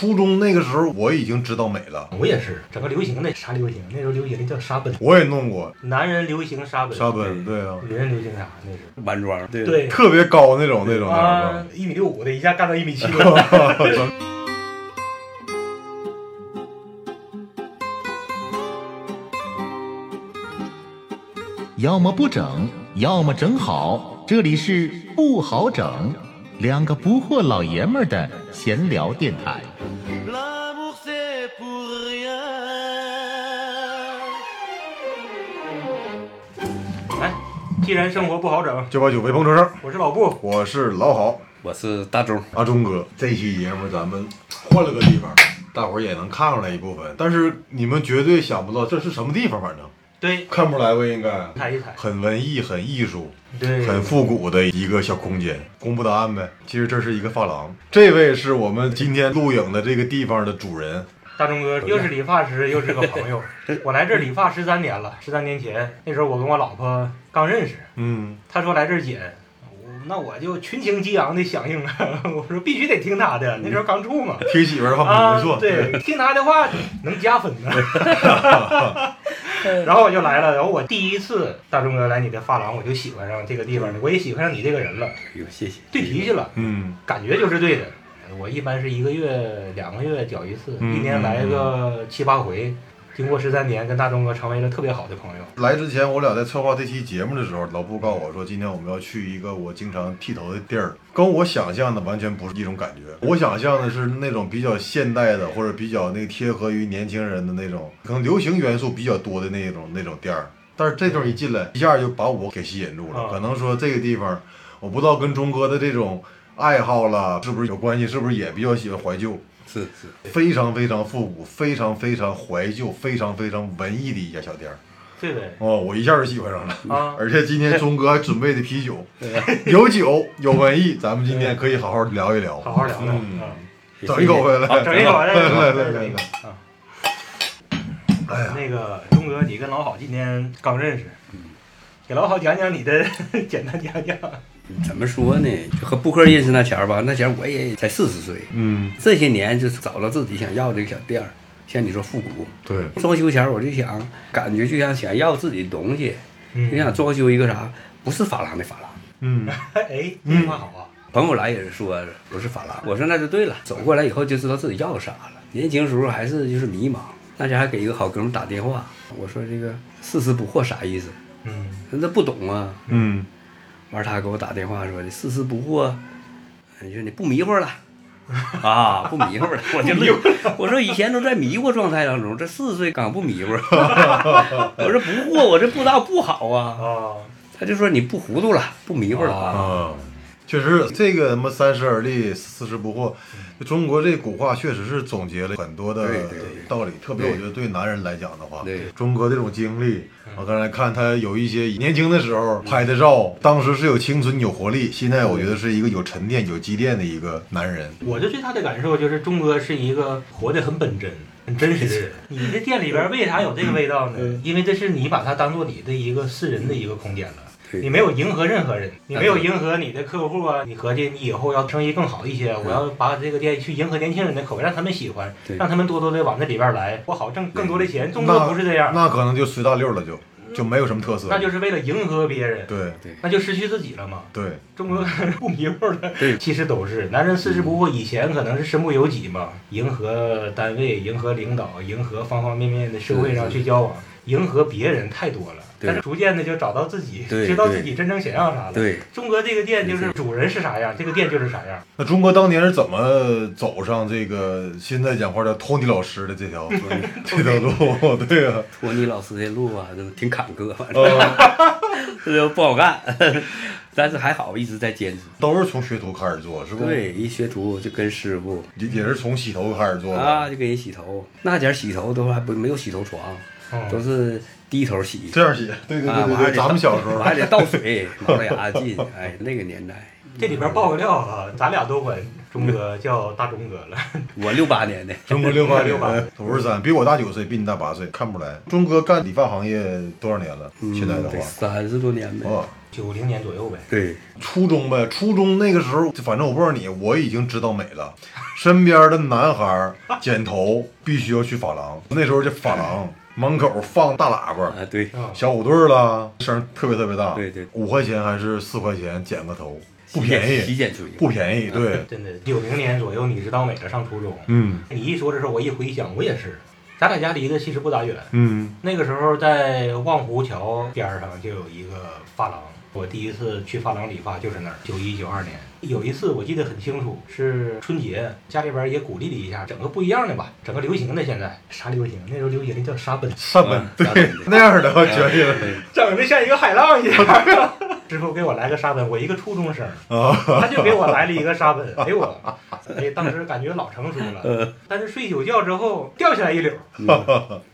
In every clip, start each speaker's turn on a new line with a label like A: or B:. A: 初中那个时候我已经知道美了，
B: 我也是，整个流行的啥流行？那时候流行的叫沙本，
A: 我也弄过
B: 男人流行沙本，
A: 沙本，对啊，
B: 女人流行啥？那是
C: 弯装，对
B: 对
A: 特别高那种那种
B: 啊
A: 的，，
B: 一米六五的一下干到一米七
A: 是
B: 了。
A: 吧真
D: 要么不整，要么整好。这里是不好整，两个不惑老爷们儿的闲聊电台。
E: L'amour c'est pour rien.
B: 来，哎既然生活不好整，
A: 九八九微风车上，
B: 我是老布，
A: 我是老好
C: 我是大周，
A: 阿忠哥。这期节目咱们换了个地方，大伙儿也能看出来一部分，但是你们绝对想不到这是什么地方，反正
B: 对，
A: 看不出来吧？应该
B: 踩一踩，
A: 很文艺、很艺术、
B: 对，
A: 很复古的一个小空间。公布答案呗。其实这是一个发廊，这位是我们今天录影的这个地方的主人，
B: 大钟哥又是理发师，又是个朋友。我来这儿理发十三年了，十三年前那时候我跟我老婆刚认识，
A: 嗯，
B: 她说来这儿剪，我那我就群情激昂的响应了。 我说必须得听她的，那时候刚处嘛。
A: 听媳妇儿话
B: 啊
A: 不错，，
B: 对，听她的话能加分呢。然后我就来了，然后我第一次大钟哥来你的发廊，我就喜欢上这个地方了，我也喜欢上你这个人了，
C: 哎呦，谢谢，
B: 对脾气了，
A: 嗯，
B: 感觉就是对的。我一般是一个月、两个月搅一次，
A: 嗯
B: 一年来个七八回。经过十三年，跟大钟哥成为了特别好的朋友。
A: 来之前，我俩在策划这期节目的时候，老布告诉我说，今天我们要去一个我经常剃头的地儿，跟我想象的完全不是一种感觉。我想象的是那种比较现代的，或者比较那个贴合于年轻人的那种，可能流行元素比较多的那种那种店儿。但是这地方一进来，一下就把我给吸引住了。
B: 啊
A: 可能说这个地方，我不知道跟钟哥的这种爱好了是不是有关系，是不是也比较喜欢怀旧。
C: 是是，
A: 非常非常复古，非常非常怀旧，非常非常文艺的一家小店儿。
B: 对呗？
A: 哦，我一下就喜欢 上了
B: 啊
A: 而且今天钟哥还准备的啤酒，有酒有文艺，咱们今天可以好好聊一聊。
B: 好好聊聊。
A: 嗯
B: 啊
A: 整一口回来
C: 好
B: 整一 口，来
A: 来
B: 来
A: 来
B: 整
A: 来
B: 一口
A: 来
B: 啊！
A: 哎呀，
B: 那个钟哥，你跟老郝今天刚认识，给老郝讲讲你的， 简单讲讲。
C: 怎么说呢？就和布克认识那前儿吧，那前儿我也才四十岁，
A: 嗯，
C: 这些年就找了自己想要这个小店儿，像你说复古。
A: 对，
C: 装修前儿我就想，感觉就像想要自己的东西，
B: 嗯
C: 就想装修一个啥，不是发廊的发廊。
A: 嗯，
B: 哎，这句话好啊。
C: 朋友来也是说不是法拉，我说那就对了，走过来以后就知道自己要啥了。年轻时候还是就是迷茫，那家还给一个好哥们打电话，我说这个四十不惑啥意思？
B: 嗯，
C: 那不懂啊。
A: 嗯，
C: 完他给我打电话说的四十不惑，啊你说你不迷糊 了。啊， 不迷糊了，我就乐。我说以前都在迷糊状态当中，这四十岁刚不 迷糊。我说不惑，我这不大不好啊。
B: 哦，
C: 他就说你不糊涂了，不迷糊了啊。
A: 啊，确实，这个什么三十而立，四十不惑，中国这古话确实是总结了很多的
C: 对对对
A: 道理，特别
C: 对
A: 我觉得对男人来讲的话，
C: 对嗯
A: 中国这种经历，我刚才看他有一些年轻的时候拍的照，当时是有青春有活力，现在我觉得是一个有沉淀有积淀的一个男人。
B: 我就对他的感受就是，钟哥是一个活得很本真、很真实 的人。你这店里边为啥有这个味道
A: 嗯
B: 呢？因为这是你把它当做你的一个私人的一个空间
A: 嗯
B: 了。
C: 对
B: 你没有迎合任何人，你没
A: 啊
B: 有迎合你的客户啊！你合计你以后要生意更好一些，
A: 嗯
B: 我要把这个店去迎合年轻人的口味，让他们喜欢，
C: 对
B: 让他们多多的往这里边来，我好挣更多的钱。中
A: 那
B: 国不是这样，
A: 那可能就随大溜了就，
C: 嗯
A: 就没有什么特色。
B: 那就是为了迎合别人，
A: 对
B: 那就失去自己了嘛。
A: 对，
B: 中国不迷糊的，
C: 对
B: 其实都是男人四十不惑，以前可能是身不由己嘛，迎合单位、迎合领导、迎合方方面面的社会上去交往，迎合别人太多了。
C: 对
B: 但是逐渐的就找到自己，
C: 对
B: 知道自己真正想要啥了。
C: 对，
B: 中国这个店就是主人是啥样，这个店就是啥样。
A: 那钟哥当年是怎么走上这个现在讲话叫托尼老师的这条 这条路？对啊，
C: 托尼老师这路啊，都挺坎坷，反正
A: 呃，
C: 哦 这都不好干， 但是还好一直在坚持。
A: 都是从学徒开始做，是不？，
C: 对，一学徒就跟师傅
A: 也也是从洗头开始做的。
C: 啊，就给人洗头。那前儿洗头都还不没有洗头床，都
B: 嗯，
C: 是低头洗
A: 这样洗，对对对
C: 啊，
A: 对
C: 我还
A: 对，
C: 得
A: 咱们小时候
C: 我还得倒水，冒着牙进。哎，那个年代
B: 这里边爆个料啊，咱俩都管钟哥叫大钟哥了。
C: 我六八年的，
A: 中国六八
B: 六八
A: 零，我是三，比我大九岁，比你大八岁，看不出来。钟哥干理发行业多少年了？嗯
C: 嗯
A: 现在的
C: 得
A: 话，
C: 三十多年呗。
A: 哦，
B: 九零年左右呗，
C: 对，
A: 初中呗，初中那个时候，反正我不知道你，我已经知道美了。 身边的男孩儿剪头必须要去发廊，那时候就发廊门口放大喇叭，
C: 啊对，
B: 啊，
A: 小虎队儿啦，声儿特别特别大。
C: 对对
A: 五块钱还是四块钱剪个 头，不
C: 洗
A: 便宜，
C: 剪吹，
A: 不便宜。 对，
B: 真的九零年左右你知道美了上初中。
A: 嗯
B: 你一说这事儿，我一回想，我也是，咱俩家离得其实不咋远。
A: 嗯
B: 那个时候在望湖桥边儿上就有一个发廊，我第一次去发廊理发就是那儿，九一九二年。有一次我记得很清楚，是春节，家里边儿也鼓励了一下，整个不一样的吧，整个流行的现在啥流行？那时候流行叫沙奔，
A: 上本
C: 嗯
A: 对
C: 大本对
A: 那样的，我觉得
C: 哎
B: 整的像一个海浪一 样。之后给我来个沙奔，我一个初中 生，
A: 啊，
B: 他就给我来了一个沙奔，哎呦我，哎当时感觉老成熟了，但是睡一宿觉之后掉下来一绺，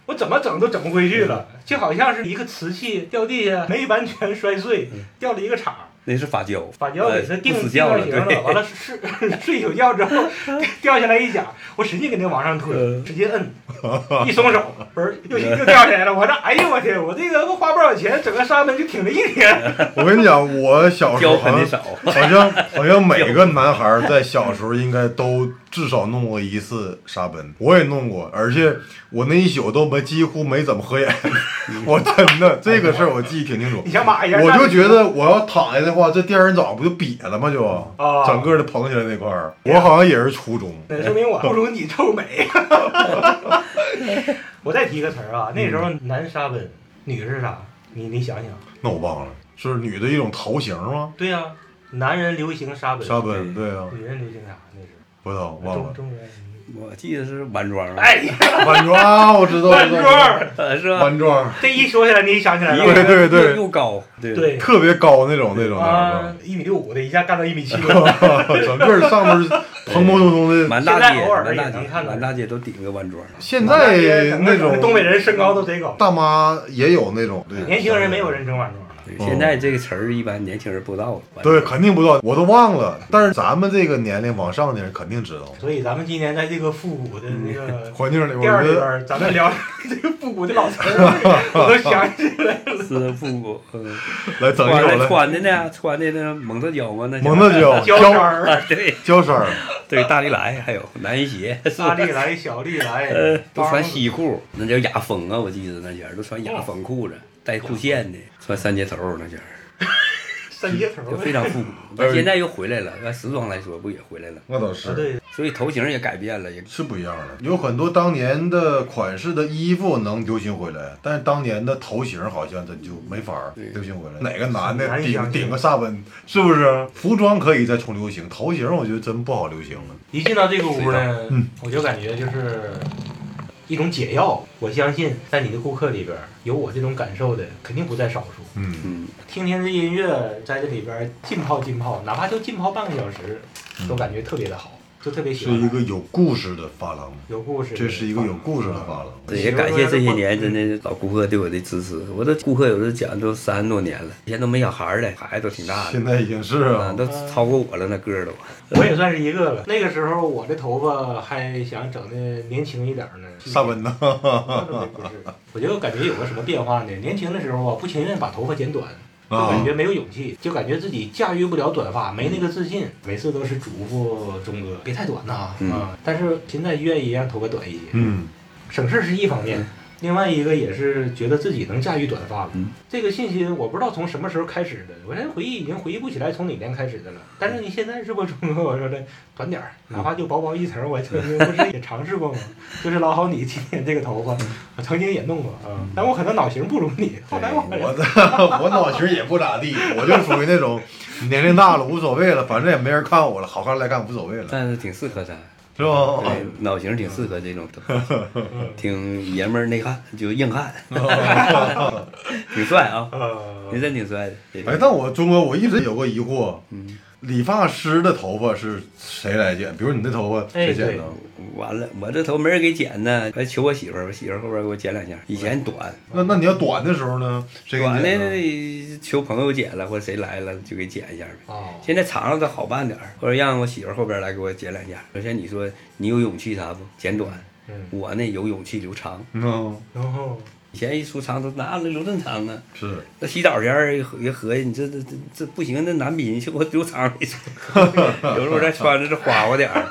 B: 我怎么整都整不回去了，就好像是一个瓷器掉地下没完全摔碎，掉了一个场。
C: 那是发胶，
B: 把脚给它定
C: 呃不
B: 定
C: 死胶
B: 到
C: 了，
B: 型了，
C: 对
B: 完了睡睡一宿觉之后掉下来一夹，我使劲给它往上推，
C: 嗯
B: 直接摁，一松手，嘣儿又又掉下来了。我这哎呦我天，我这个花不少钱，整个沙门就挺了一天。
A: 我跟你讲，我小时
C: 胶
A: 候好
C: 喷的
A: 像
C: 少，
A: 好像好像每个男孩儿在小时候应该都至少弄过一次沙奔， 我也弄过，而且我那一宿都没几乎没怎么合眼， 我真的这个事儿我记忆挺清楚
B: 你。想马一下，
A: 我
B: 那
A: 就觉得我要躺下的话，这第二天早上不就瘪了吗？就
B: 啊
A: 整个的膨起来那块儿，我好像也是初中。
B: 那说明我不如你臭美。我再提个词儿啊，那时候男沙奔，女是啥？你你想想，
A: 那我忘了，是女的一种头型吗？
B: 对呀、男人流行沙奔，
A: 沙奔，对啊，
B: 女人流行啥？那是
A: 不知道忘
B: 中
A: 了。
B: 中原。
C: 我记得是晚装，，啊
B: 哎呀，
A: 晚装，我知道，
B: 万
A: 我知道，
B: 壮，
C: 呃是吧？
A: 晚装，
B: 这一说起来，你想起来
C: 一
B: 了
C: 个
A: 对
B: 吧。
A: 对
C: 人
A: 对
C: 又又高，对
B: 对
A: 特别高那种那种男
B: 啊
A: 的，，
B: 一米六五的，一下干到一米 七了。
A: 整个上面是蓬蓬松松的。
C: 满大街
B: 现在偶，尔
C: 满大
B: 也能
C: 街，
B: 看到
C: 满大街都顶个弯装，
A: 现在哎那种
B: 东北人身高都贼高，
A: 大妈也有那种，对
B: 年轻人没有人整晚装了。
C: 对现在这个词儿一般年轻人不知道，弯
A: 对，
C: 装
A: 肯定不知道，我都忘了。但是咱们这个年龄往上的人肯定知道。
B: 所以咱们今年在这个复古的 那个
A: 环境里，嗯我
B: 店
A: 觉
B: 儿里边
A: 得
B: 儿，咱们聊 这个复古的老词 儿，我都想起来了。
C: 是复古，嗯
A: 来整一
C: 穿
A: 首
C: 的
A: 来，
C: 穿的呢，穿的那蒙特胶啊吗？那叫
A: 蒙特胶
B: 胶衫
A: 胶
B: 儿，
C: 对
A: 胶衫儿，
C: 对，大力来，还有男人鞋，
B: 大力来，小力 来
C: 呃，，都
B: 帮
C: 穿西裤，那叫雅风啊，我记得那前儿都穿雅风裤子，带裤线的，穿三接头儿那前儿
B: 三接头
C: 就
B: 儿。
C: 非常复古。但现在又回来了，按时装来说不也回来了？
A: 那倒
B: 啊
A: 是。
B: 对，
C: 所以头型也改变了，也
A: 是不一样的，有很多当年的款式的衣服能流行回来，但是当年的头型好像真就没法儿流行回来。哪个男的
B: 难以
A: 顶
B: 相信
A: 顶个萨温，是不是？服装可以再重流行，头型我觉得真不好流行了。
B: 一进到这个屋呢
A: 嗯，
B: 我就感觉就是一种解药。我相信在你的顾客里边儿，有我这种感受的，肯定不在少数。
A: 嗯，
C: 嗯，
B: 听听这音乐，在这里边儿浸泡浸泡，哪怕就浸泡半个小时，都感觉特别的好，就特别
A: 嗯
B: 喜
A: 是
B: 欢。
A: 一个有故事的发廊，
B: 有故事的，
A: 这是一个有故事的发廊。
C: 这也感谢这些年真的老顾客对我的支持。我的顾客有的讲都三十多年了，以前都没小孩儿了，孩子都挺大的
A: 现，在已经是
C: 啊，
A: 啊，
C: 都超过我了那个儿都。
B: 我也算是一个了。那个时候我的头发还想整的年轻一点儿呢，
A: 萨温呢，
B: 不是，我就感觉有个什么变化呢？年轻的时候啊，不情愿把头发剪短。就
A: 啊
B: 感觉没有勇气，就感觉自己驾驭不了短发，没那个自信。每次都是嘱咐钟哥别太短呐、
C: 嗯
B: 啊！但是现在愿意让头发短一些，
A: 嗯，
B: 省事是一方面，另外一个也是觉得自己能驾驭短发了。
C: 嗯
B: 这个信心我不知道从什么时候开始的，我现在回忆已经回忆不起来从哪年开始的了。但是你现在是不是中国？我说的 短点儿，哪怕就薄薄一层，我曾经不是也尝试过吗？就是老好你今天这个头发，我曾经也弄过啊，但我可能脑型不如你。后哎来我
C: 对
A: 我的 我脑型也不咋地，我就属于那种年龄大了无所谓了，反正也没人看我了，好看来看无所谓了，
C: 但是挺适合咱，
A: 是吧？
C: 对，脑型挺适合这种， 挺爷们儿内汉，就硬汉，挺帅啊，
B: 呃，
C: 嗯
B: 啊
C: 你真挺帅的。 哎
A: 哎，但我中国我一直有个疑惑，理发师的头发是谁来剪？比如你的头发谁剪的？
C: 哎完了，我这头没人给剪呢，还求我媳妇儿，我媳妇儿后边给我剪两下。以前短，
A: 那那你要短的时候呢？谁给你
C: 短
A: 剪呢？
C: 的求朋友剪了，或者谁来了就给剪一下呗。
B: 哦，
C: 现在长了倒好办点儿，或者让我媳妇儿后边来给我剪两下。首先你说你有勇气啥不？剪短，
B: 嗯，
C: 我呢有勇气留长。
A: 嗯，
B: 然 后
C: 以前一梳长都哪有留这么长啊？
A: 是
C: 那洗澡前儿一合一合计，你这这这这不行，那男宾去给我留长一 撮，有时候再穿着这花花点儿。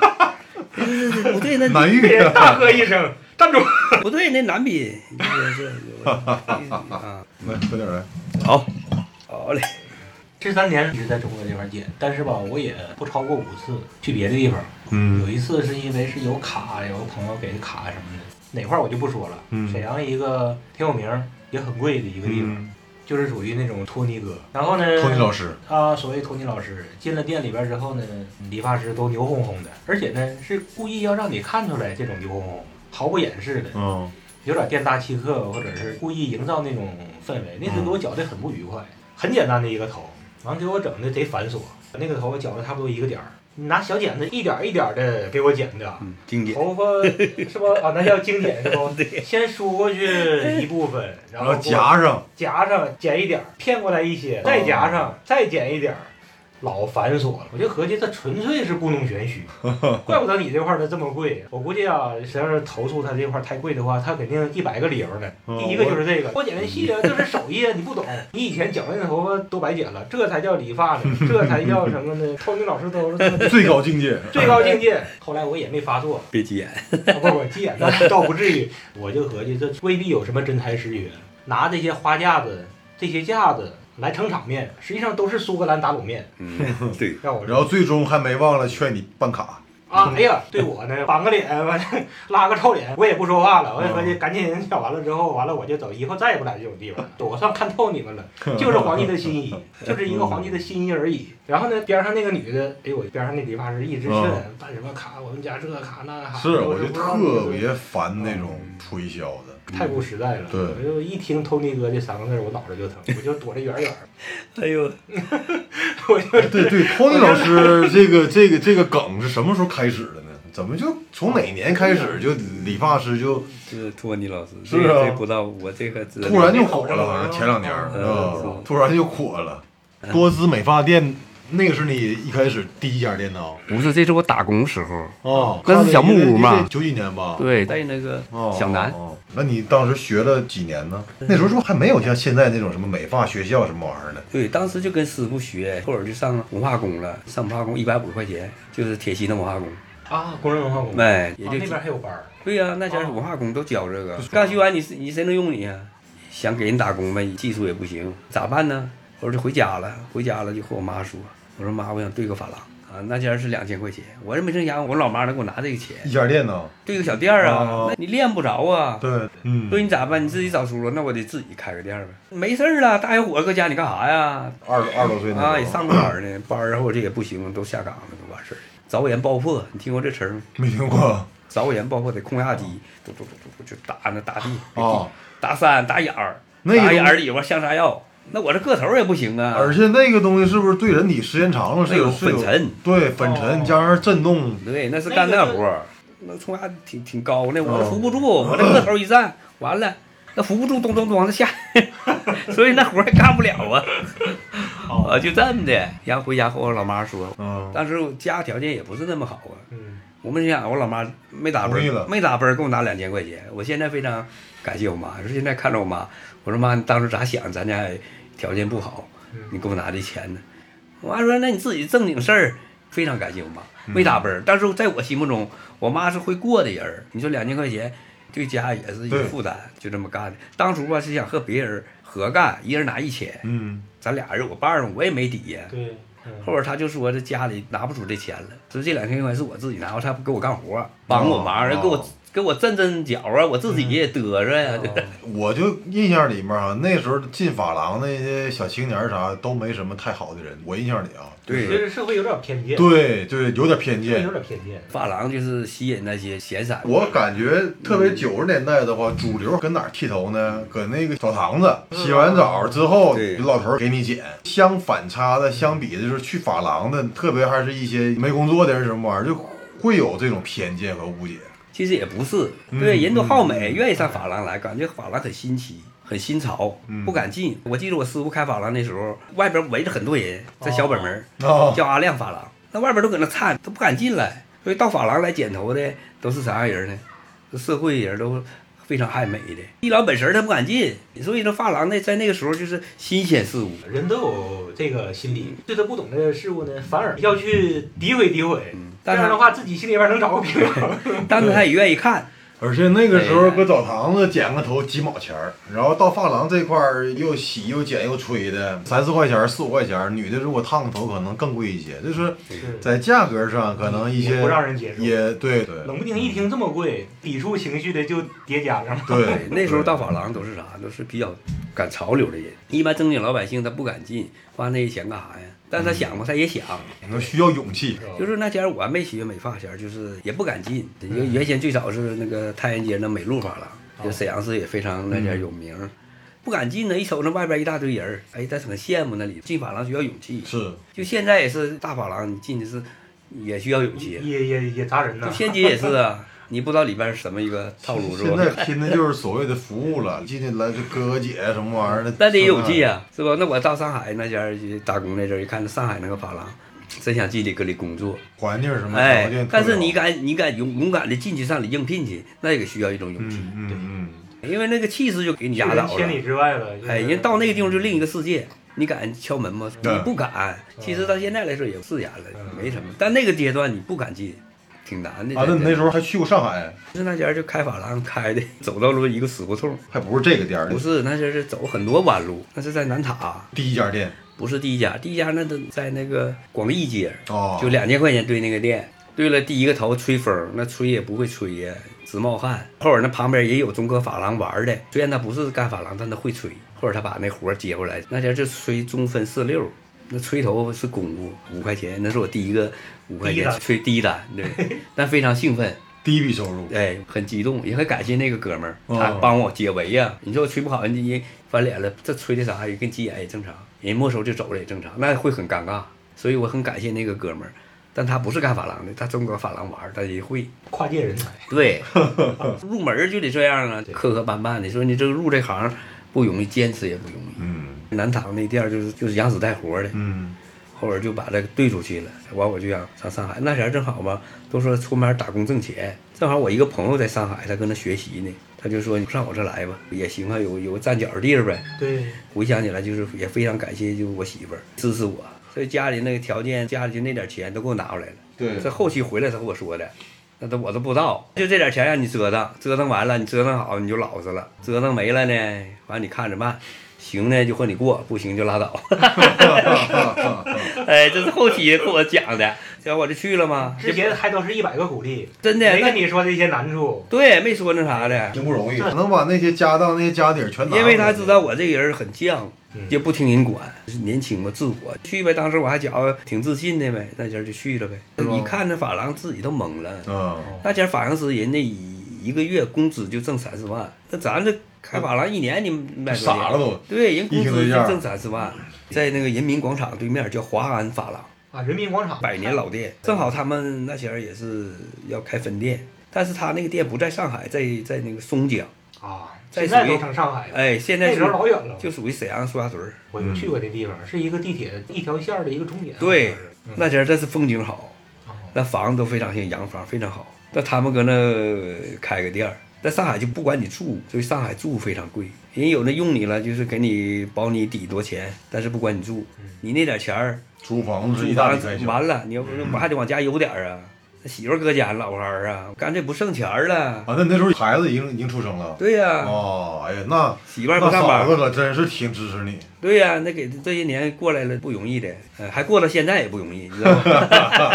C: 不对，那
A: 难遇
B: 别
A: 啊。
B: 大喝一声，站住！
C: 不对，那男宾这这这啊，
A: 来，快点来。
C: 好，好嘞，
B: 这三年一直在中国这边剪，但是吧，我也不超过五次去别的地方。有
A: 嗯
B: 一次是因为是有卡，有个朋友给的卡什么的，哪块儿我就不说了。
A: 嗯
B: 沈阳一个挺有名儿也很贵的一个地方，
A: 嗯，
B: 就是属于那种托尼哥。然后呢，
A: 托尼老师，
B: 啊，所谓托尼老师进了店里边之后呢，理发师都牛哄哄的，而且呢是故意要让你看出来这种牛哄哄，毫不掩饰的，
A: 嗯
B: 有点店大欺客，或者是故意营造那种氛
A: 嗯
B: 围。那次给我绞的很不愉快，很简单的一个头，完给我整的贼繁琐，那个头发绞了差不多一个点儿，你拿小剪子一点儿一点的给我剪的。
C: 嗯，经典，
B: 头发是吧？啊，那叫经典是吧？先梳过去一部分，然
A: 然
B: 后
A: 后
B: 过
A: 夹上，
B: 夹上剪一点儿，骗过来一些，再夹上再剪一点儿，老繁琐了。我就合计这纯粹是故弄玄虚，怪不得你这块儿它这么贵。我估计啊，谁要是投诉他这块儿太贵的话，他肯定一百个理由呢。
A: 嗯
B: 第一个就是这个，我剪的细啊，这是手艺啊，你不懂。你以前剪完的头发都白剪了，这才叫理发呢，这才叫什么呢？托尼老师都是
A: 最高境界。
B: 最高境界。后来我也没发作，
C: 别急眼，
B: 啊 不不，急眼倒倒不至于，我就合计这未必有什么真才实学，拿这些花架子、这些架子来撑场面，实际上都是苏格兰打卤面。
C: 嗯，对，
B: 让我
A: 然后最终还没忘了劝你办卡。
B: 啊，哎呀，对我呢，板个脸，完了拉个臭脸，我也不说话了，我也合计
A: 嗯
B: 赶紧讲完了之后，完了我就走，以后再也不来这种地方了，我算看透 你们了，就是皇帝的心意，就是一个皇帝的心意而已。然后呢，边上那个女的，哎呦，我边上那理发师一直劝
A: 嗯
B: 办什么卡，我们家这个卡那卡，
A: 是，我
B: 我
A: 就特别烦那种推销的。
B: 太不实在了。
A: 嗯对
B: 我就一听“偷尼哥”这三个字儿，我脑袋就疼，我就躲得远远儿。
C: 哎呦，
B: 我
C: 哎
B: 就
A: 对对，Tony 老师这个这个这个梗是什么时候开始的呢？怎么就从哪年开始就理发师就
C: 这托尼老师，
A: 是
C: 这个
A: 啊
C: 这不知道，我这个知道
A: 突然就火了？好像前两年儿
C: 嗯
A: 是吧
C: 是？
A: 突然就火了。多姿美发店，那个是你一开始第一家店呢？啊
C: 不是，这是我打工时候，
A: 哦，
C: 那嗯是小木屋嘛
A: 看了一个九几年吧？
C: 对，在那个
A: 哦，
C: 小南，
A: 哦。哦那你当时学了几年呢？那时候说还没有像现在那种什么美发学校什么玩意儿呢。
C: 对，当时就跟师傅学，后来就上文化宫了，上文化宫一百五十块钱，就是铁西那文化宫，
B: 啊，工人文化宫，啊
C: 哎，也就
B: 那
C: 几
B: 边还有班儿。
C: 对呀、那前
A: 哦
C: 儿文化工都教这个，刚学完你是你谁能用你啊？想给人打工呗，技术也不行，咋办呢？我说就回家了，回家了就和我妈说，我说妈，我想兑个发廊啊，那前儿是两千块钱，我这没挣钱，我老妈能给我拿这个钱
A: 一家店呢？
C: 兑个小店儿啊
A: 哦，
C: 那你练不着啊。
A: 对，嗯
C: 说你咋办？你自己找出路，那我得自己开个店儿呗。没事儿啊，大小伙子搁家你干啥呀？
A: 二十二十多岁那时候
C: 啊，也上过班儿呢，班儿后啊这也不行，都下岗了，都完事儿了。凿岩爆破，你听过这词儿吗？
A: 没听过啊
C: 凿岩爆破得空压机，嘟嘟嘟嘟嘟就打那打地，
A: 啊。
C: 打山打眼儿，
A: 那个
C: 打眼儿里边像啥药？那我这个头儿也不行啊。
A: 而且那个东西是不是对人体时间长了是有
C: 那有
A: 是有
C: 粉尘
A: 对粉尘加上震动，
C: 对，那是干那活儿，那冲压挺挺高的，
A: 哦
C: 我扶不住，我这个头一站，完了。那扶不住，咚咚咚的下， 所以那活儿也干不了啊，
A: 哦
C: 啊，就这么的。然后回家和我老妈说，
A: 嗯，
C: 当时我家条件也不是那么好啊，
B: 嗯，
C: 我没想，我老妈没打
A: 同意
C: 分
A: 了
C: 儿，没打分儿，给我拿两千块钱。我现在非常感谢我妈，说现在看着我妈，我说妈，你当时咋想？咱家条件不好，
A: 嗯
C: 你给我拿这钱呢？我妈说，那你自己正经事儿，非常感谢我妈，
A: 嗯
C: 没打分儿。但是在我心目中，我妈是会过的人儿。你说两千块钱对家也是一个
A: 对
C: 负担，就这么干的。当初吧是想和别人合干，一人拿一千，
A: 嗯，
C: 咱俩人有个伴儿，我也没底呀。
B: 对，嗯
C: 后边他就说这家里拿不出这钱了，说这两千块是我自己拿，他不给我干活，帮我忙，
A: 哦嗯
C: 人给我给我震震脚啊，我自己也得瑟呀、就
B: 哦
A: 我就印象里面啊，那时候进发廊那些小青年啥都没什么太好的人，我印象里啊，
B: 对，这社会有点偏见，
A: 对对，有点偏
B: 社会
A: 见
B: 有。点偏见。
C: 发廊就是吸引那些闲散。
A: 我感觉特别九十年代的话，主流搁哪儿剃头呢？搁那个澡堂子，洗完澡之后
C: 对，
A: 老头儿给你剪。相反差的，相比的就是去发廊的，特别还是一些没工作的人什么玩意儿，就会有这种偏见和误解。
C: 其实也不是，
A: 嗯
C: 对，人都好美，愿意上发廊来，感觉发廊很新奇。很新潮，
A: 嗯
C: 不敢进。我记得我师傅开发廊那时候，外边围着很多人，在小北门儿、
A: 哦
C: 叫阿亮发廊，那外边都搁那看，都不敢进来。所以到发廊来剪头的都是啥样人呢？都社会人都非常爱美的，一老本神儿他不敢进。所以说发廊呢，在那个时候就是新鲜事物。
B: 人都有这个心理，对他不懂的事物呢，反而要去诋毁诋毁。这
C: 但是
B: 样的话，自己心里边能找个平衡。
C: 但是他也愿意看，
A: 而且那个时候搁澡堂子剪个头几毛钱儿，然后到发廊这块儿又洗又剪又吹的，三四块钱儿四五块钱儿。女的如果烫个头可能更贵一些，就是
B: 是
A: 在价格上可能一些
B: 也不让人接受
A: 也对对
B: 冷不丁一听这么贵，抵触情绪的就叠加上了。
A: 对，
C: 那时候到发廊都是啥？都是比较赶潮流的人，一般正经老百姓他不敢进，花那些钱干啥呀？但是他想吧，他也想，
A: 那需要勇气。
C: 就是那前我还没学美发前，就是也不敢进。
A: 嗯
C: 原原先最早是那个太原街那美露发廊，
A: 哦
C: 就沈阳市也非常那
A: 嗯
C: 前有名，不敢进呢。一瞅那外边一大堆人儿，哎，他很羡慕那里进发廊需要勇气。
A: 是，
C: 就现在也是大发廊，你进去是也需要勇
A: 嗯
B: 也
C: 气。
B: 也也也砸人
C: 就
B: 呢。
C: 仙姐也是啊，你不知道里边是什么一个套路是
A: 现
C: 吧？
A: 在拼的就是所谓的服务了，进去来个哥哥姐什么玩意儿的，
C: 那得有劲啊，是吧？那我到上海那家儿去打工那阵儿，一看上海那个发廊，真想进里搁里工作，
A: 环境什么条件特别
C: 哎
A: 好。，
C: 但是你敢你敢勇勇敢的进去上里应聘去，那也需要一种勇气，
A: 嗯嗯
C: 因为那个气势就给你压
B: 去人
C: 倒
B: 千
C: 了
B: 里。之外了。就是
C: 哎，人到那个地方就另一个世界，你敢敲门吗？你
A: 对
C: 不敢。
A: 嗯
C: 其实到现在来说也释然了，
B: 嗯
C: 没什么。但那个阶段你不敢进，挺难
A: 嗯
C: 的。
A: 啊，那你那时
C: 候
A: 候还去过上海，
C: 是那家儿就开发廊开的，走到了一个死胡同，
A: 还不是这个店儿
C: 不
A: 的，
C: 是那是是走很多弯路，那是在南塔。
A: 第一家店
C: 不是第一家，第一家那都在那个广义街，
A: 哦，
C: 就两千块钱对那个店。对了，第一个头吹风，那吹也不会吹呀，直冒汗。后边那旁边也有中科发廊玩的，虽然他不是干发廊，但他会吹。后边他把那活接过来，那家就吹中分四六，那吹头是功夫，五块钱，那是我第一个五块
B: 第一
C: 钱
B: 单
C: 吹第一单，对，但非常兴奋。
A: 第一笔收入，
C: 哎，很激动，也很感谢那个哥们儿，
A: 哦
C: 他帮我解围呀、你说我吹不好，人家人翻脸了，这吹的啥呀？跟急眼也正常，人没收就走了也正常，那会很尴尬。所以我很感谢那个哥们儿，但他不是干发廊的，他中国发廊玩儿，他也会。
B: 跨界人才，
C: 对， 入门儿就得这样啊，磕磕绊绊的。说你这个入这行不容易，坚持也不容
A: 嗯
C: 易。南塘那店儿就是就是养死带活的，
A: 嗯
C: 后边就把这个兑出去了，完我就想上上海。那前儿正好嘛，都说出门打工挣钱，正好我一个朋友在上海，他跟他学习呢，他就说你上我这来吧，也行啊，有有个站脚的地儿呗。
B: 对，
C: 回想起来就是也非常感谢，就是我媳妇儿支持我，所以家里那个条件，家里就那点钱都给我拿回来了。
A: 对
C: 这后期回来他跟我说的，那都我都不知道，就这点钱让你折腾，折腾完了你折腾好你就老实了，折腾没了呢，完你看着办，行呢就和你过，不行就拉倒。 哎，这是后期跟我讲 的，这我就去了嘛，
B: 之前还都是一百个鼓励，
C: 真的
B: 没
C: 那
B: 跟你说这些难处。
C: 对没说那啥的，
A: 挺不容易，能把那些家当、那些家底儿全拿。
C: 因为他知道，我这个人很犟
B: 嗯，
C: 也不听人管，年轻嘛，自我去呗。当时我还觉着挺自信的呗，那前儿就去了呗。
A: 是吧
C: 一看那发廊自己都懵了，
A: 嗯，
C: 那前儿发廊师人家一一个月工资就挣三十万，那咱这开发廊一年你买多少
A: 傻了都。
C: 对，人工
A: 一听这
C: 资就
A: 样
C: 挣三十万，在那个人民广场对面叫华安发廊。
B: 啊，人民广场
C: 百年老店，正好他们那前儿也是要开分店，但是他那个店不在上海，在在那个松江，
B: 啊，
C: 在
B: 现在
C: 属于
B: 都成上海了。
C: 哎，现在
B: 那
C: 是
B: 时候老远了，
C: 就属于沈阳苏家屯儿。
B: 我就去过这地方，是一个地铁一条线儿的一个终点。
C: 对
B: 嗯，
C: 那前儿真是风景好，那房子都非常像洋房，非常好。那他们搁那呃开个店儿，在上海就不管你住，所以上海住非常贵。人有那用你了，就是给你保你底多钱，但是不管你
B: 嗯
C: 住，你那点钱儿
A: 租房子是
C: 住
A: 一大
C: 完
A: 笔开销。
C: 完了，你要不我还得往家邮点儿啊。他媳妇儿搁家老孩儿啊，干脆不剩钱儿了。
A: 啊，那那时候孩子已经已经出生了。
C: 对呀、
A: 哦，哎呀，那
C: 媳妇儿
A: 那
C: 不上
A: 嫂
C: 班
A: 子，可真是挺支持 你。
C: 对呀、那给这些年过来了不容易的，呃，还过到现在也不容易，你知 道吗？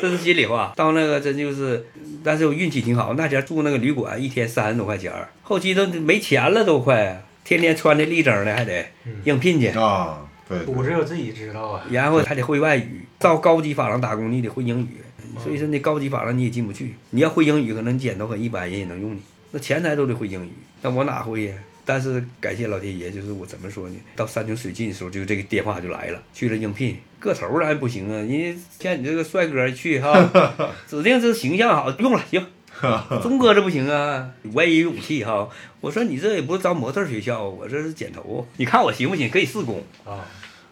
C: 这是心里话。到那个真就是，但是我运气挺好，那前住那个旅馆，一天三十多块钱儿，后期都没钱了，都快，天天穿的立正的，还得
A: 嗯
C: 应聘去，
A: 啊，对，对
B: 我只有自己知道啊。
C: 然后还得会外语。到高级发廊打工，你得会英语，所以说那高级发廊你也进不去。你要会英语，可能剪头很一般人也能用你。那前台都得会英语，那我哪会呀？但是感谢老天爷，就是我怎么说呢？到山穷水尽的时候，就这个电话就来了，去了应聘，个头儿咱不行啊，人家像你这个帅哥去哈，指定是形象好，用了行。钟哥这不行啊，我也有勇气哈。我说你这也不是招模特学校，我这是剪头，你看我行不行？可以试工。
B: 啊，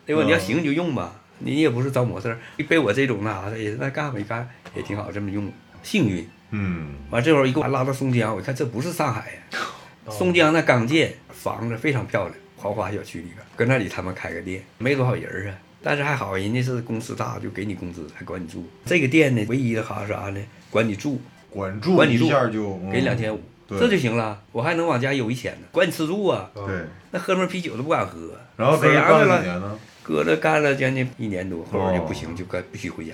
C: 对吧？你要
A: 嗯
C: 行你就用吧，你也不是招模特儿，被我这种那啥的，啊也那干没干也挺好，这么用，幸运。
A: 嗯，
C: 完这会儿一给我拉到松江，我一看这不是上海呀、
A: 哦
C: 松江那港界房子非常漂亮，豪华小区里边，搁那里他们开个店，没多少人儿啊。但是还好，人家是公司大，就给你工资，还管你住。这个店呢，唯一的哈是啥呢？管你住，
A: 管住
C: 管你住
A: 一下就
C: 给你两。
A: 嗯
C: 千五，
A: 对
C: 这就行了。我还能往家邮一千呢，管你吃住啊。
B: 啊
A: 嗯对，，
C: 那喝瓶啤酒都不敢喝。啊
A: 然后搁
C: 沈
A: 这
C: 阳
A: 干了
C: 的了
A: 几，年呢？
C: 搁这干了将近一年多，后来就不行，就该必须回家，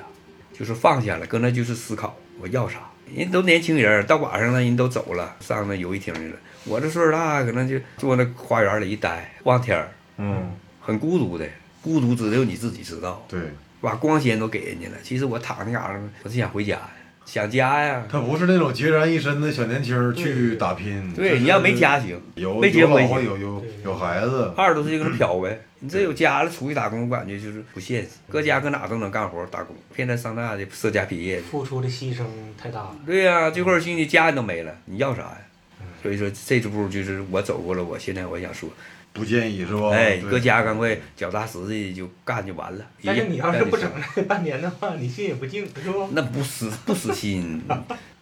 C: 就是放下了，搁那就是思考我要啥。人都年轻人，到晚上了，人都走了，上那游戏厅去了。我这岁数大，可能就坐那花园里一待，望天儿，
A: 嗯，
C: 很孤独的，孤独只有你自己知道。
A: 对，
C: 把光鲜都给人家了，其实我躺那嘎达，我是想回家呀，想家呀。
A: 他不是那种孑然一身的小年轻儿去打拼。
C: 对，
A: 就是
C: 你要没家行，
A: 有
C: 没结
A: 有
C: 婚
A: 老
C: 也
A: 婆，
C: 行。
A: 有有
B: 对对
A: 有孩子，
C: 二十多岁就搁那漂呗，你这有家了，出去打工，我感觉就是不现实。搁家搁哪都能干活，打工。现在上大的社家毕业的，
B: 付出的牺牲太大了。
C: 对呀、最后儿兄弟家人都没了，你要啥呀？
B: 嗯
C: 所以说这步就是我走过了，我现在我想说，
A: 不建议是
B: 哦
A: 吧？
C: 哎，
A: 对
C: 搁家赶快脚踏实地就干就完了。
B: 但是你要是不整
C: 干就行
B: 这半年的话，你信也不进，是不？
C: 那不 死不死心，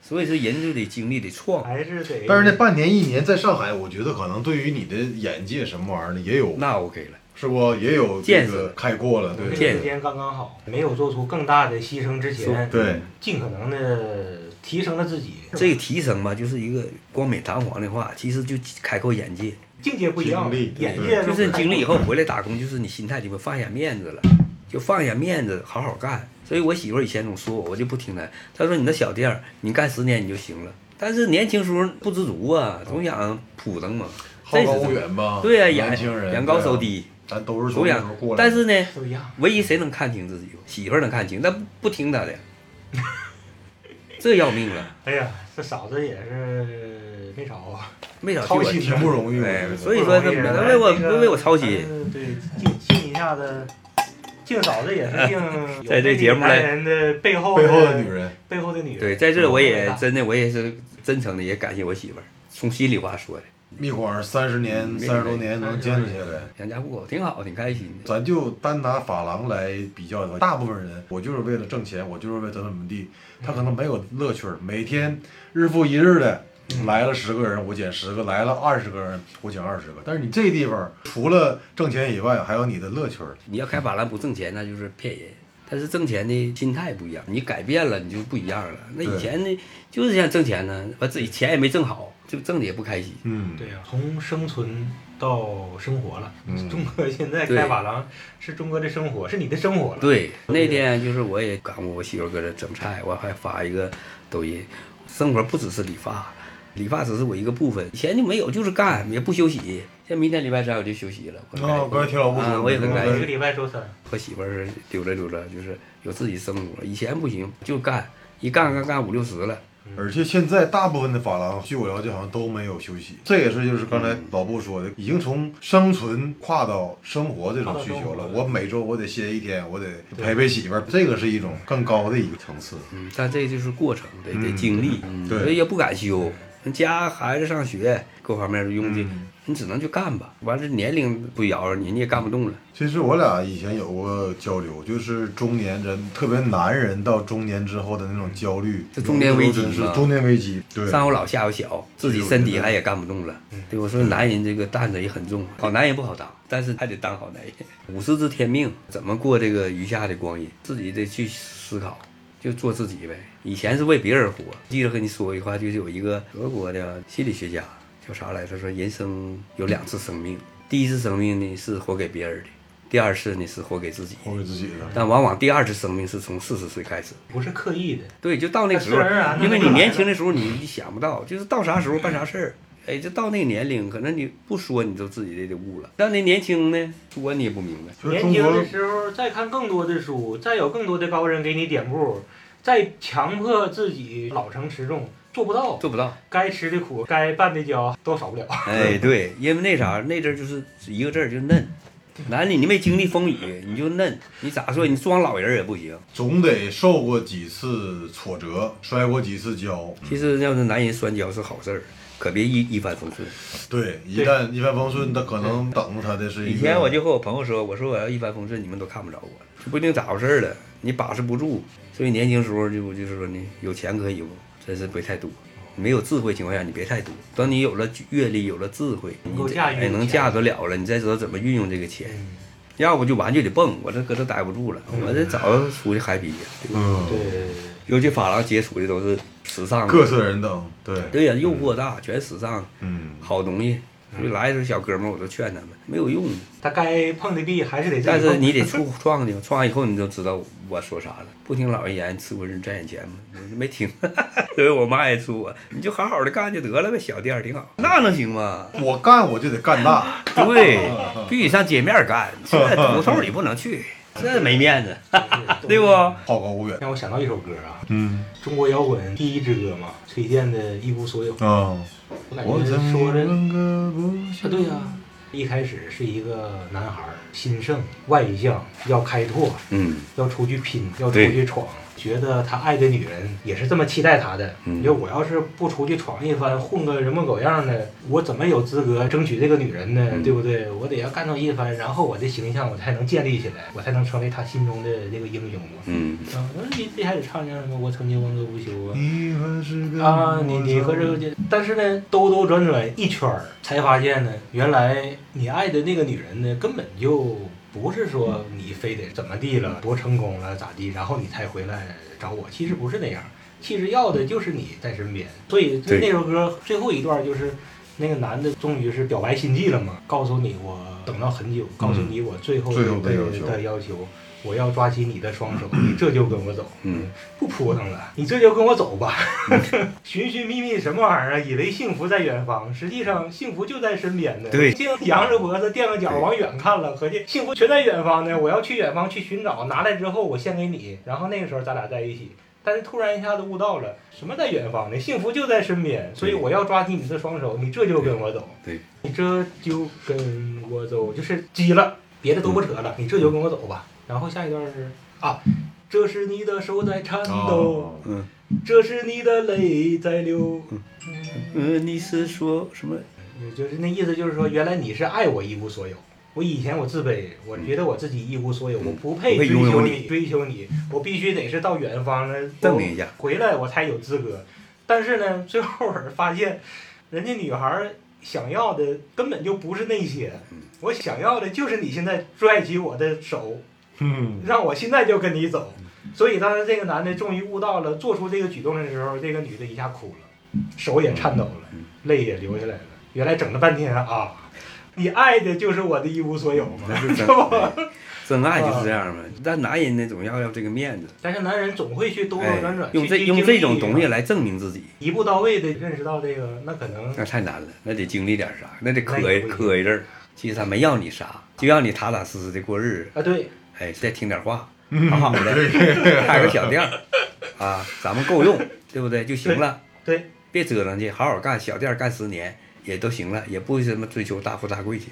C: 所以说人就得经历得创，
B: 还是得。
A: 但是那半年一年在上海，我觉得可能对于你的眼界什么玩意儿的也有，
C: 那 OK 了。
A: 是不也有这
C: 见识
A: 个开阔了，对
B: 这个
C: 见识
B: 时间刚刚好，没有做出更大的牺牲之前，
A: 对，
B: 尽可能的提升了自己。
C: 这个提升吧，就是一个冠冕堂皇的话，其实就开阔眼界。
B: 境界不一样，
A: 经历
B: 眼
A: 对
B: 界都
C: 就是哎
B: 不太
C: 经历以后回来打工，就是你心态就会放下面子了，就放下面子，好好干。所以我媳妇儿以前总说我，我就不听她。她说你那小店儿，你干十年你就行了。但是年轻时候不知足啊，总想扑腾嘛，
A: 好
C: 这
A: 高骛
C: 是
A: 远吧？
C: 对呀、
A: 年轻
C: 眼
A: 人
C: 眼高
A: 对
C: 手，
A: 啊
C: 低，
A: 咱都是从
C: 总
A: 那时候
C: 想
A: 过。来的。
C: 但是呢，
B: 都一样。
C: 唯一谁能看清自己，媳妇儿能看清，但不听她的， 这要命了，
B: 哎呀，这嫂子也是没少啊，
C: 没少
B: 操
C: 去
B: 心
A: 挺不容易，我
C: 哎
A: 觉得
C: 所以说这
B: 不容易啊
C: 为我
B: 那个
C: 为我操心
B: 还是对，敬敬一下子，敬嫂子也 是敬
C: 在这节目里
B: 有男人的背后
A: 背后的女，人，
B: 背后的女人。
C: 对，在这儿我也
B: 嗯
C: 真的我也是真诚的，也感谢我媳妇儿，从心里话说的，
A: 蜜广三十
C: 嗯
A: 年、三十多年能坚持下来。
C: 养家糊口挺好，挺开心的。
A: 咱就单拿发廊来比较的话，大部分人我就是为了挣钱，我就是为了怎么怎么地，他可能没有乐趣儿。每天日复一日的
C: 嗯
A: 来了十个人，我减十个；来了二十个人，我减二十个。但是你这地方除了挣钱以外，还有你的乐趣儿。
C: 你要开法兰不挣钱，那就是骗人。但是挣钱的心态不一样，你改变了，你就不一样了。那以
A: 对
C: 前呢，就是想挣钱呢，完自己钱也没挣好，就挣的也不开心。
A: 嗯，
B: 对呀、啊从生存到生活了。
A: 嗯
B: 中 国现在
C: 对
B: 开发廊是中国的生活，是你的生活了。
C: 对，那天就是我也赶我媳妇搁这整菜，我还发一个抖音。生活不只是理发，理发只是我一个部分，以前就没有，就是干也不休息。像明天礼拜三我就休息了，我很开
A: 哦
C: 心
A: 刚才听老吴说
C: 啊我也很
A: 明
C: 开
A: 白
B: 一个
C: 心。
B: 礼拜周三，
C: 和媳妇儿溜达溜达，就是有自己生活。以前不行，就干，一干干干五六十了。
A: 而且现在大部分的发廊，据我了解，好像都没有休息。这也是就是刚才老布说的，已经从生存跨到生活这种需求了
B: 跨到生。活
A: 我每周我得歇一天，我得陪陪媳妇儿，这个是一种更高的一个层次。
C: 嗯，但这就是过程，得得
A: 嗯
C: 经历，
A: 对
C: 所以也不敢休。家孩子上学各方面用的，
A: 嗯
C: 你只能去干吧。完了年龄不摇着你，你也干不动了。
A: 其实我俩以前有过交流，就是中年人，特别男人到中年之后的那种焦虑，
C: 这中年危机
A: 有的时候真
C: 嘛
A: 是中年危机。对，
C: 上有老下有小，自己身体还也干不动了。对我说，男人这个担子也很重，好男人不好当，但是还得当好男人。五十知天命，怎么过这个余下的光阴，自己得去思考，就做自己呗。以前是为别人活，记得和你说过一句话，就是有一个德国的心理学家叫啥来着，他说人生有两次生命，第一次生命呢是活给别人的，第二次呢是活给自己的
A: 活给自己的。
C: 但往往第二次生命是从四十岁开始。
B: 不是刻意的，
C: 对，就到那个啊时候
B: 自然而然，的
C: 因为
B: 就
C: 你
B: 来
C: 年
B: 了
C: 轻的时候你想不到，就是到啥时候办啥事儿。哎，就到那个年龄，可能你不说你都自己得得悟了。但那年轻呢，说你也不明白。
A: 就是中
B: 年轻
A: 国
B: 的时候再看更多的书，再有更多的高人给你点步，再强迫自己老成持重，做不到。
C: 做不到。
B: 该吃的苦，该拌的跤都少不了。
C: 哎，对，因为那啥，那阵儿就是一个字儿，就嫩。男的你没经历风雨，你就嫩，你咋说？你装老人儿也不行。
A: 总得受过几次挫折，摔过几次跤。
C: 其实要是男人摔跤是好事儿，可别一一帆风顺。
A: 对，一旦一帆风顺，他可能等着他的是一个。
C: 以前我就和我朋友说，我说我要一帆风顺，你们都看不着我了，这不一定咋回事儿了，你把持不住。所以年轻时候就我就是说呢，有钱可以不，真是别太多。没有智慧情况下，你别太多。等你有了阅历，有了智慧，
B: 能够
C: 你这
B: 驾驭
C: 哎，能
B: 钱
C: 驾得了了，你再知道怎么运用这个钱。要不就完就得蹦，我这搁这待不住了，
B: 嗯
C: 我这早出去嗨皮去。
A: 嗯，
B: 对，
C: 尤其发廊接触的都是时尚的，
A: 各色人等。对，
C: 对呀、诱
B: 嗯
C: 惑大，全时尚
A: 嗯，
C: 好东西。所以来的时候小哥们儿，我都劝他们没有用。
B: 他该碰的壁还是得自己
C: 但是
B: 碰
C: 你得触撞的，撞完以后你就知道我说啥了。不听老人言，吃亏人在眼前嘛。我就没听， 所以我妈也说我，你就好好的干就得了呗，小店儿挺好。那能行吗？
A: 我干我就得干大。
C: 对， 必须上街面儿干，这胡同里不能去，这没面子，对不？
A: 好高骛远。
B: 让我想到一首歌啊，
A: 嗯
B: 中国摇滚第一支歌嘛，崔健的《一无所有》，
A: 啊，
B: 我感
A: 我
B: 觉
A: 怎么
B: 嗯说的
A: 能个不
B: 啊，对呀、一开始是一个男孩儿，心盛外向，要开拓，
C: 嗯，
B: 要出去拼，要出
C: 对
B: 去闯。觉得他爱的女人也是这么期待他的，
C: 嗯
B: 觉得我要是不出去闯一番，混个人模狗样的，我怎么有资格争取这个女人呢？
C: 嗯
B: 对不对？我得要干到一番，然后我的形象我才能建立起来，我才能成为他心中的这个英雄嘛。
C: 嗯，
B: 啊，那一一开始唱像什么我曾经温歌不休啊，
A: 你还是个
B: 啊，你你和这个就，但是呢，兜兜转转一圈儿，才发现呢，原来你爱的那个女人呢，根本就不是说你非得怎么地了，多成功了咋地，然后你才回来找我，其实不是那样，其实要的就是你在身边。所以
C: 对
B: 那首歌最后一段就是。那个男的终于是表白心迹了嘛？告诉你我等到很久，告诉你我最后
A: 嗯最后的
B: 的
A: 要求
B: 的要求，我要抓起你的双 手，你这就跟我走，
C: 嗯，
B: 不扑腾了，你这就跟我走吧。 寻寻觅觅什么玩意儿啊？以为幸福在远方，实际上幸福就在身边呢。
C: 对
B: 净扬着脖子垫个脚
C: 对
B: 往远看了，合计幸福全在远方呢。我要去远方去寻找，拿来之后我献给你，然后那个时候咱俩在一起。但是突然一下子悟到了，什么在远方呢？幸福就在身边，所以我要抓紧你的双手，你这就跟我走，
C: 对，
B: 你这就跟我走，就是急了，别的都不扯了，你这就跟我走吧。然后下一段是啊，这是你的手在颤抖，
A: 哦，
C: 嗯，
B: 这是你的泪在流，
C: 呃，你是说什么？
B: 就是那意思，就是说，原来你是爱我一无所有。我以前我自卑，我觉得我自己一无所有，我不配
C: 嗯不
B: 追
C: 配拥有
B: 求
C: 你
B: 追求你，我必须得是到远方了，
C: 证明一下
B: 我回来我才有资格。但是呢，最后儿发现，人家女孩儿想要的根本就不是那些
C: 嗯，
B: 我想要的就是你现在拽起我的手，
A: 嗯，
B: 让我现在就跟你走。所以当时这个男的终于悟到了，做出这个举动的时候，这个女的一下哭了，手也颤抖
C: 嗯
B: 了，泪也流下来了。原来整了半天啊，你爱的就是我的一无所有嘛，
C: 是
B: 是
C: 真
B: 吧？
C: 真爱就是这样嘛。但男人呢，总要要这个面子，
B: 但是男人总会去兜兜
C: 哎
B: 转转，，
C: 用这
B: 去
C: 用这种东西
B: 来
C: 来证明自己，
B: 一步到位的认识到这个，那可能
C: 那太难了，那得经历点啥，那得磕
B: 那也不一定
C: 磕一阵儿。其实他没要你啥，就让你踏踏实实的过日子，
B: 啊，对，
C: 哎，再听点话，
B: 嗯
C: 好好的，开个 小店儿，啊，咱们够用，对不对？就行了，
B: 对，
C: 别折腾去，好好干，小店儿干十年也都行了，也不什么追求大富大贵去。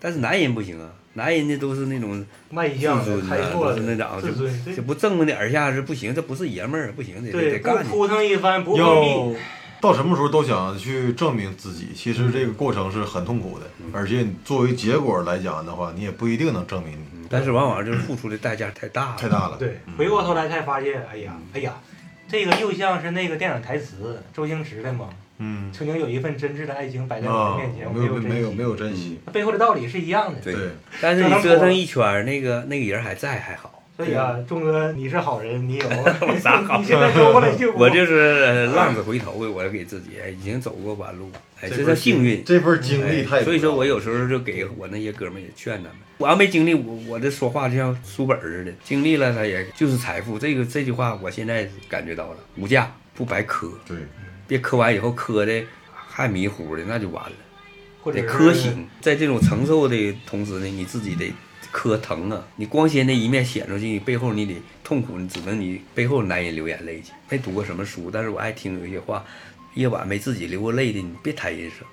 C: 但是男人不行啊，男人呢都是那种
B: 卖
C: 自
B: 相的
C: 尊
B: 开
C: 呐，
B: 拓
C: 都
B: 的
C: 是那咋
B: 自尊，对
C: 这不正着点儿一下是不行，这不是爷们儿，不行，得得
B: 对，
C: 得
B: 不
C: 干去。
B: 扑腾一番，不碰
A: 要
B: 壁，
A: 到什么时候都想去证明自己，其实这个过程是很痛苦的，
B: 嗯
A: 而且你作为结果来讲的话，你也不一定能证明你
C: 但是往往就是付出的代价太大了，
A: 太大了。
B: 嗯
A: 嗯
B: 对，回过头来才发现，哎呀，哎呀，这个又像是那个电影台词，周星驰的嘛。
A: 嗯
B: 曾经有一份真挚的爱情摆在
A: 啊
B: 我的面前，，我
A: 没有
B: 珍惜，嗯
A: 没有没有珍惜，
B: 背后的道理是一样的。
C: 对
A: 对，
C: 但是你折腾一圈儿，那个那个人还在还好，
B: 所以啊，钟哥，你是好人，你 有，
C: 我啥好 人
B: 你现在说过来幸福，
C: 我就是呃浪子回头，我给自己哎已经走过弯路，哎，这叫幸运。
A: 这份经历太不一样了、
C: 哎所以说我有时候就给我那些哥们儿也劝他们，我要没经历，我我这说话就像书本儿似的，经历了它也就是财富。这个这句话我现在感觉到了，无价不白磕，
A: 对
C: 别磕完以后磕的还迷糊的，那就完了。
B: 或者
C: 得
B: 是
C: 磕醒，在这种承受的同时呢，你自己得磕疼啊！你光鲜的一面显出去，你背后你得痛苦，你只能你背后难以流眼泪去。没读过什么书，但是我爱听有一些话，夜晚没自己流过泪的，你别谈人生。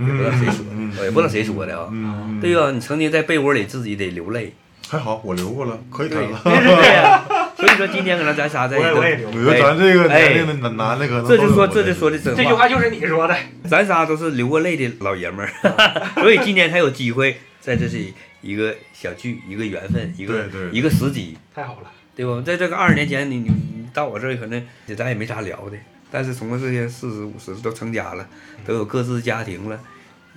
C: 也不知道谁说的，我也不知道谁说的啊。
A: 嗯，
C: 对呀，你曾经在被窝里自己得流泪，
A: 还好我留过了，可以谈
C: 对
A: 了，。
C: 对呀。所以说今天可能咱仨在
B: 我也我也留
A: 嗯我。觉得咱这个年龄的男男的可能都
C: 哎这就
A: 有过
C: 说这就说的真
B: 这句
C: 话，
B: 话就是你说的，
C: 咱仨都是流过泪的老爷们儿， 所以今天才有机会在这是一个小聚，一个缘分，一个
A: 对对
C: 一个时机，
B: 太好了，
C: 对吧？在这个二十年前，你你你到我这儿可能咱也没啥聊的，但是从这些四十五十都成家了，都有各自家庭了，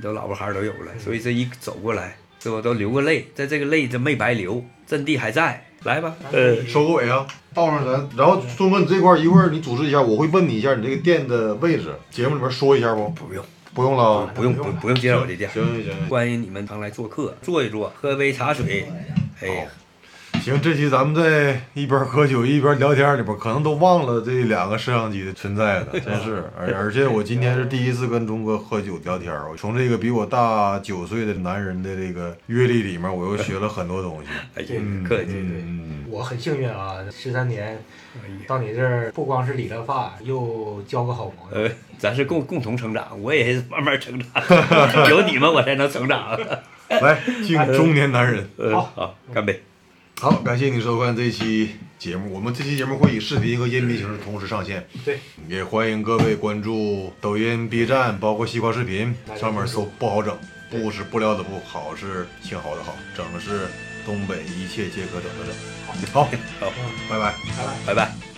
C: 都老婆孩儿都有了，所以这一走过来，是吧？都流过泪，在这个泪这没白流，阵地还在，来吧，呃，
A: 收个尾啊，到上咱，然后孙哥你这块儿一会儿你组织一下，我会问你一下你这个店的位置，节目里边说一下不？
C: 不用
A: 不用了啊，
C: 不用不用不用介绍我这店，
A: 行行行
C: 欢迎你们常来做客，坐一坐，喝杯茶水，哎呀。
A: 行，这期咱们在一边喝酒一边聊天里边，可能都忘了这两个摄像机的存在了，真 是。而而且我今天是第一次跟钟哥喝酒聊天，我从这个比我大九岁的男人的这个阅历里面，我又学了很多东西。
C: 哎呀
B: 嗯，
C: 客气，
A: 嗯，
B: 我很幸运啊，十三年
A: 哎
B: 到你这儿，不光是理了发，又交个好朋友。
C: 呃，咱是共共同成长，我也慢慢成长， 有你们我才能成长。
A: 嗯来敬中年男人。
C: 呃
B: 好
C: 好，干杯！
A: 好，感谢你收看这期节目。我们这期节目会以视频和音频形式同时上线，
B: 对，
A: 也欢迎各位关注抖音、B 站，包括西瓜视频，上面搜“不好整”，不是不料的不好，是挺好的好，整是东北一切皆可整的整。好，
C: 好，
A: 拜拜。
B: 拜拜。
C: 拜拜。